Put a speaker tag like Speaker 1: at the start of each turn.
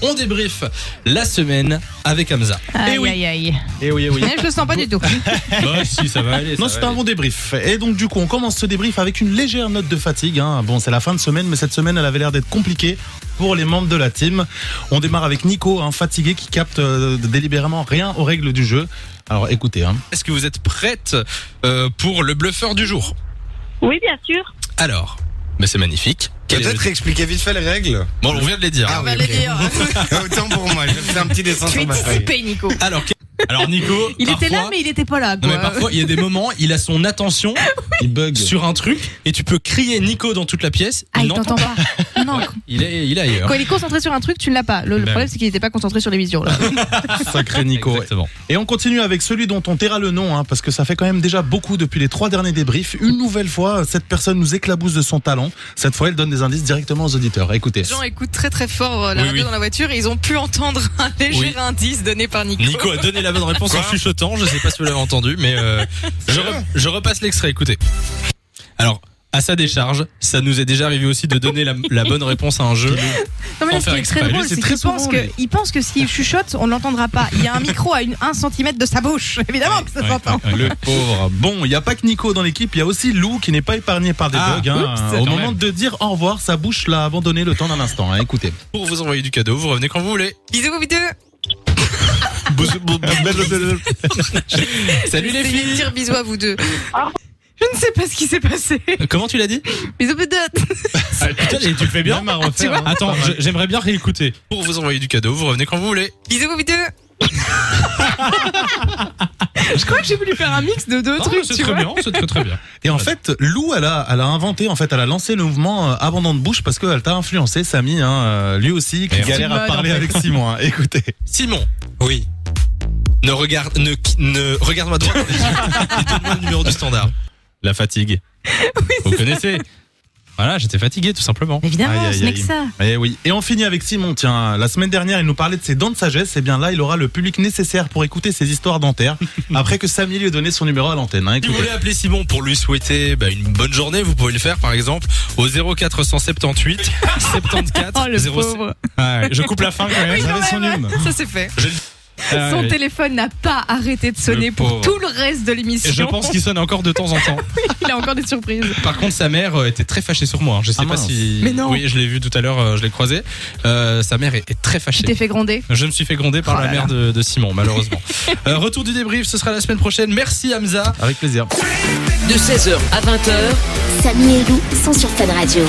Speaker 1: On débrief la semaine avec Hamza.
Speaker 2: Aïe,
Speaker 3: Eh oui.
Speaker 2: aïe, aïe.
Speaker 3: Et oui, eh oui.
Speaker 2: Mais je le sens pas du tout.
Speaker 1: Bah si, ça va aller. ça
Speaker 3: Non,
Speaker 1: va
Speaker 3: c'est un
Speaker 1: aller.
Speaker 3: bon débrief. Et donc, du coup, on commence ce débrief avec une légère note de fatigue. hein. Bon, c'est la fin de semaine, mais cette semaine, elle avait l'air d'être compliquée pour les membres de la team. On démarre avec Nico, hein, fatigué, qui capte euh, délibérément rien aux règles du jeu. Alors, écoutez, hein.
Speaker 1: Est-ce que vous êtes prête euh, pour le bluffeur du jour
Speaker 4: Oui, bien sûr.
Speaker 1: Alors, mais c'est magnifique. Quel est le-
Speaker 5: Peut-être expliquer vite fait les règles.
Speaker 1: Bon, on vient de les dire.
Speaker 5: Ah,
Speaker 2: On va
Speaker 5: oui,
Speaker 2: le
Speaker 5: ok.
Speaker 2: dire.
Speaker 5: Autant pour moi, je fais un petit dessin
Speaker 2: Tu es
Speaker 5: sur ma feuille.
Speaker 2: dissipé, Nico.
Speaker 1: Alors, que- alors Nico,
Speaker 2: Il était là,
Speaker 1: parfois-
Speaker 2: mais il était pas là.
Speaker 1: Non
Speaker 2: Quoi.
Speaker 1: mais parfois il y a des moments, il a son attention
Speaker 3: il bug.
Speaker 1: sur un truc et tu peux crier Nico dans toute la pièce.
Speaker 2: Ah, il
Speaker 1: n'entend
Speaker 2: t'entend pas. Non, non.
Speaker 1: Il est, il est ailleurs.
Speaker 2: Quand il est concentré sur un truc, tu ne l'as pas. Le,
Speaker 1: Bah
Speaker 2: le
Speaker 3: Ben.
Speaker 2: problème, c'est qu'il n'était pas concentré sur les visions. Là.
Speaker 3: Sacré Nico.
Speaker 1: Exactement.
Speaker 3: Et on continue avec celui dont on taira le nom, hein, parce que ça fait quand même déjà beaucoup depuis les trois derniers débriefs. Une nouvelle fois, cette personne nous éclabousse de son talent. Cette fois, elle donne des indices directement aux auditeurs. Écoutez.
Speaker 6: Les gens écoutent très très fort euh, la
Speaker 1: Oui,
Speaker 6: radio
Speaker 1: oui.
Speaker 6: dans la voiture et ils ont pu entendre un léger
Speaker 1: Oui.
Speaker 6: indice donné par Nico.
Speaker 1: Nico a donné la bonne réponse en chuchotant, je sais pas si vous l'avez entendu, mais euh, je, re- je repasse l'extrait, écoutez. Alors, à sa décharge, ça nous est déjà arrivé aussi de donner la, la bonne réponse à un jeu.
Speaker 2: Non, mais
Speaker 1: Sans faire
Speaker 2: là, ce qui est très
Speaker 1: exprès.
Speaker 2: drôle,
Speaker 3: Lui, c'est
Speaker 2: c'est
Speaker 3: très
Speaker 2: qu'il pense,
Speaker 3: souvent,
Speaker 2: que, il pense que s'il chuchote, on ne l'entendra pas. Il y a un micro à 1 cm de sa bouche. Évidemment que ça
Speaker 1: Ouais,
Speaker 2: s'entend.
Speaker 1: ouais, ouais.
Speaker 3: Le pauvre. Bon, il n'y a pas que Nico dans l'équipe, il y a aussi Lou qui n'est pas épargné par des
Speaker 1: Ah,
Speaker 3: bugs. hein.
Speaker 1: oups,
Speaker 3: Au
Speaker 1: quand
Speaker 3: moment
Speaker 1: même.
Speaker 3: de dire au revoir, sa bouche l'a abandonné le temps d'un instant. hein. Écoutez.
Speaker 1: Pour vous envoyer du cadeau, vous revenez quand vous voulez.
Speaker 6: Bisous vous deux.
Speaker 1: Salut les
Speaker 6: Essayez de
Speaker 1: filles
Speaker 6: dire bisous à vous deux. Je ne sais pas ce qui s'est passé.
Speaker 1: Comment tu l'as dit
Speaker 6: Bisous vous deux.
Speaker 1: Ah, Putain, tu le fais
Speaker 3: Même à refaire, hein.
Speaker 1: Attends, je- j'aimerais bien réécouter. Ah, Pour vous envoyer du cadeau, vous revenez quand vous voulez.
Speaker 6: Bisous vous deux.
Speaker 2: Je crois que j'ai voulu faire un mix de deux trucs.
Speaker 1: c'est
Speaker 2: tu
Speaker 1: très
Speaker 2: vois.
Speaker 1: bien, c'est très très bien.
Speaker 3: Et en fait, Lou, elle a, elle a inventé, en fait, elle a lancé le mouvement euh, abandon de bouche parce qu'elle t'a influencé, Samy, hein, euh, lui aussi, qui
Speaker 1: Merde.
Speaker 3: galère à
Speaker 2: Timon,
Speaker 3: parler
Speaker 2: en fait.
Speaker 3: avec Simon. hein. Écoutez.
Speaker 1: Simon. Oui. Ne regarde, ne, ne regarde ma droite. Donne-moi le numéro du standard. La fatigue. Vous connaissez. Voilà, j'étais fatigué tout simplement.
Speaker 2: Évidemment,
Speaker 3: Aïe, aïe,
Speaker 2: ce n'est que
Speaker 3: aïe.
Speaker 2: ça.
Speaker 3: Et Eh oui. Et on finit avec Simon. Tiens, la semaine dernière, il nous parlait de ses dents de sagesse. Et bien là, il aura le public nécessaire pour écouter ses histoires dentaires après que Samy lui ait donné son numéro à l'antenne. hein.
Speaker 1: Si vous
Speaker 3: Écoutez.
Speaker 1: voulez appeler Simon pour lui souhaiter bah, une bonne journée, vous pouvez le faire par exemple au 0478 74
Speaker 2: Oh, le
Speaker 1: 07.
Speaker 2: pauvre.
Speaker 1: Ah, je coupe la fin quand même.
Speaker 3: Vous avez son nume.
Speaker 6: Ça c'est fait.
Speaker 1: Ah,
Speaker 2: Son
Speaker 1: oui.
Speaker 2: téléphone n'a pas arrêté de sonner
Speaker 1: Le
Speaker 2: pour
Speaker 1: pauvre.
Speaker 2: tout le reste de
Speaker 1: Et je
Speaker 2: l'émission.
Speaker 1: pense qu'il sonne encore de temps en temps.
Speaker 2: Il a encore des surprises.
Speaker 1: Par contre, sa mère euh, était très fâchée sur moi. hein. Je sais
Speaker 3: Ah,
Speaker 1: pas
Speaker 3: mince.
Speaker 1: si.
Speaker 2: Mais non.
Speaker 1: Oui, je l'ai vu tout à l'heure, euh, je l'ai croisé. Euh, sa mère est, est très
Speaker 2: Tu
Speaker 1: fâchée.
Speaker 2: t'es fait gronder.
Speaker 1: Je me suis fait gronder par
Speaker 2: Oh
Speaker 1: la
Speaker 2: là
Speaker 1: mère de, de Simon, malheureusement. Euh, retour du débrief, ce sera la semaine prochaine. Merci Hamza.
Speaker 3: Avec plaisir.
Speaker 7: De 16h à 20h,
Speaker 8: Samy et Lou sont sur Fun Radio.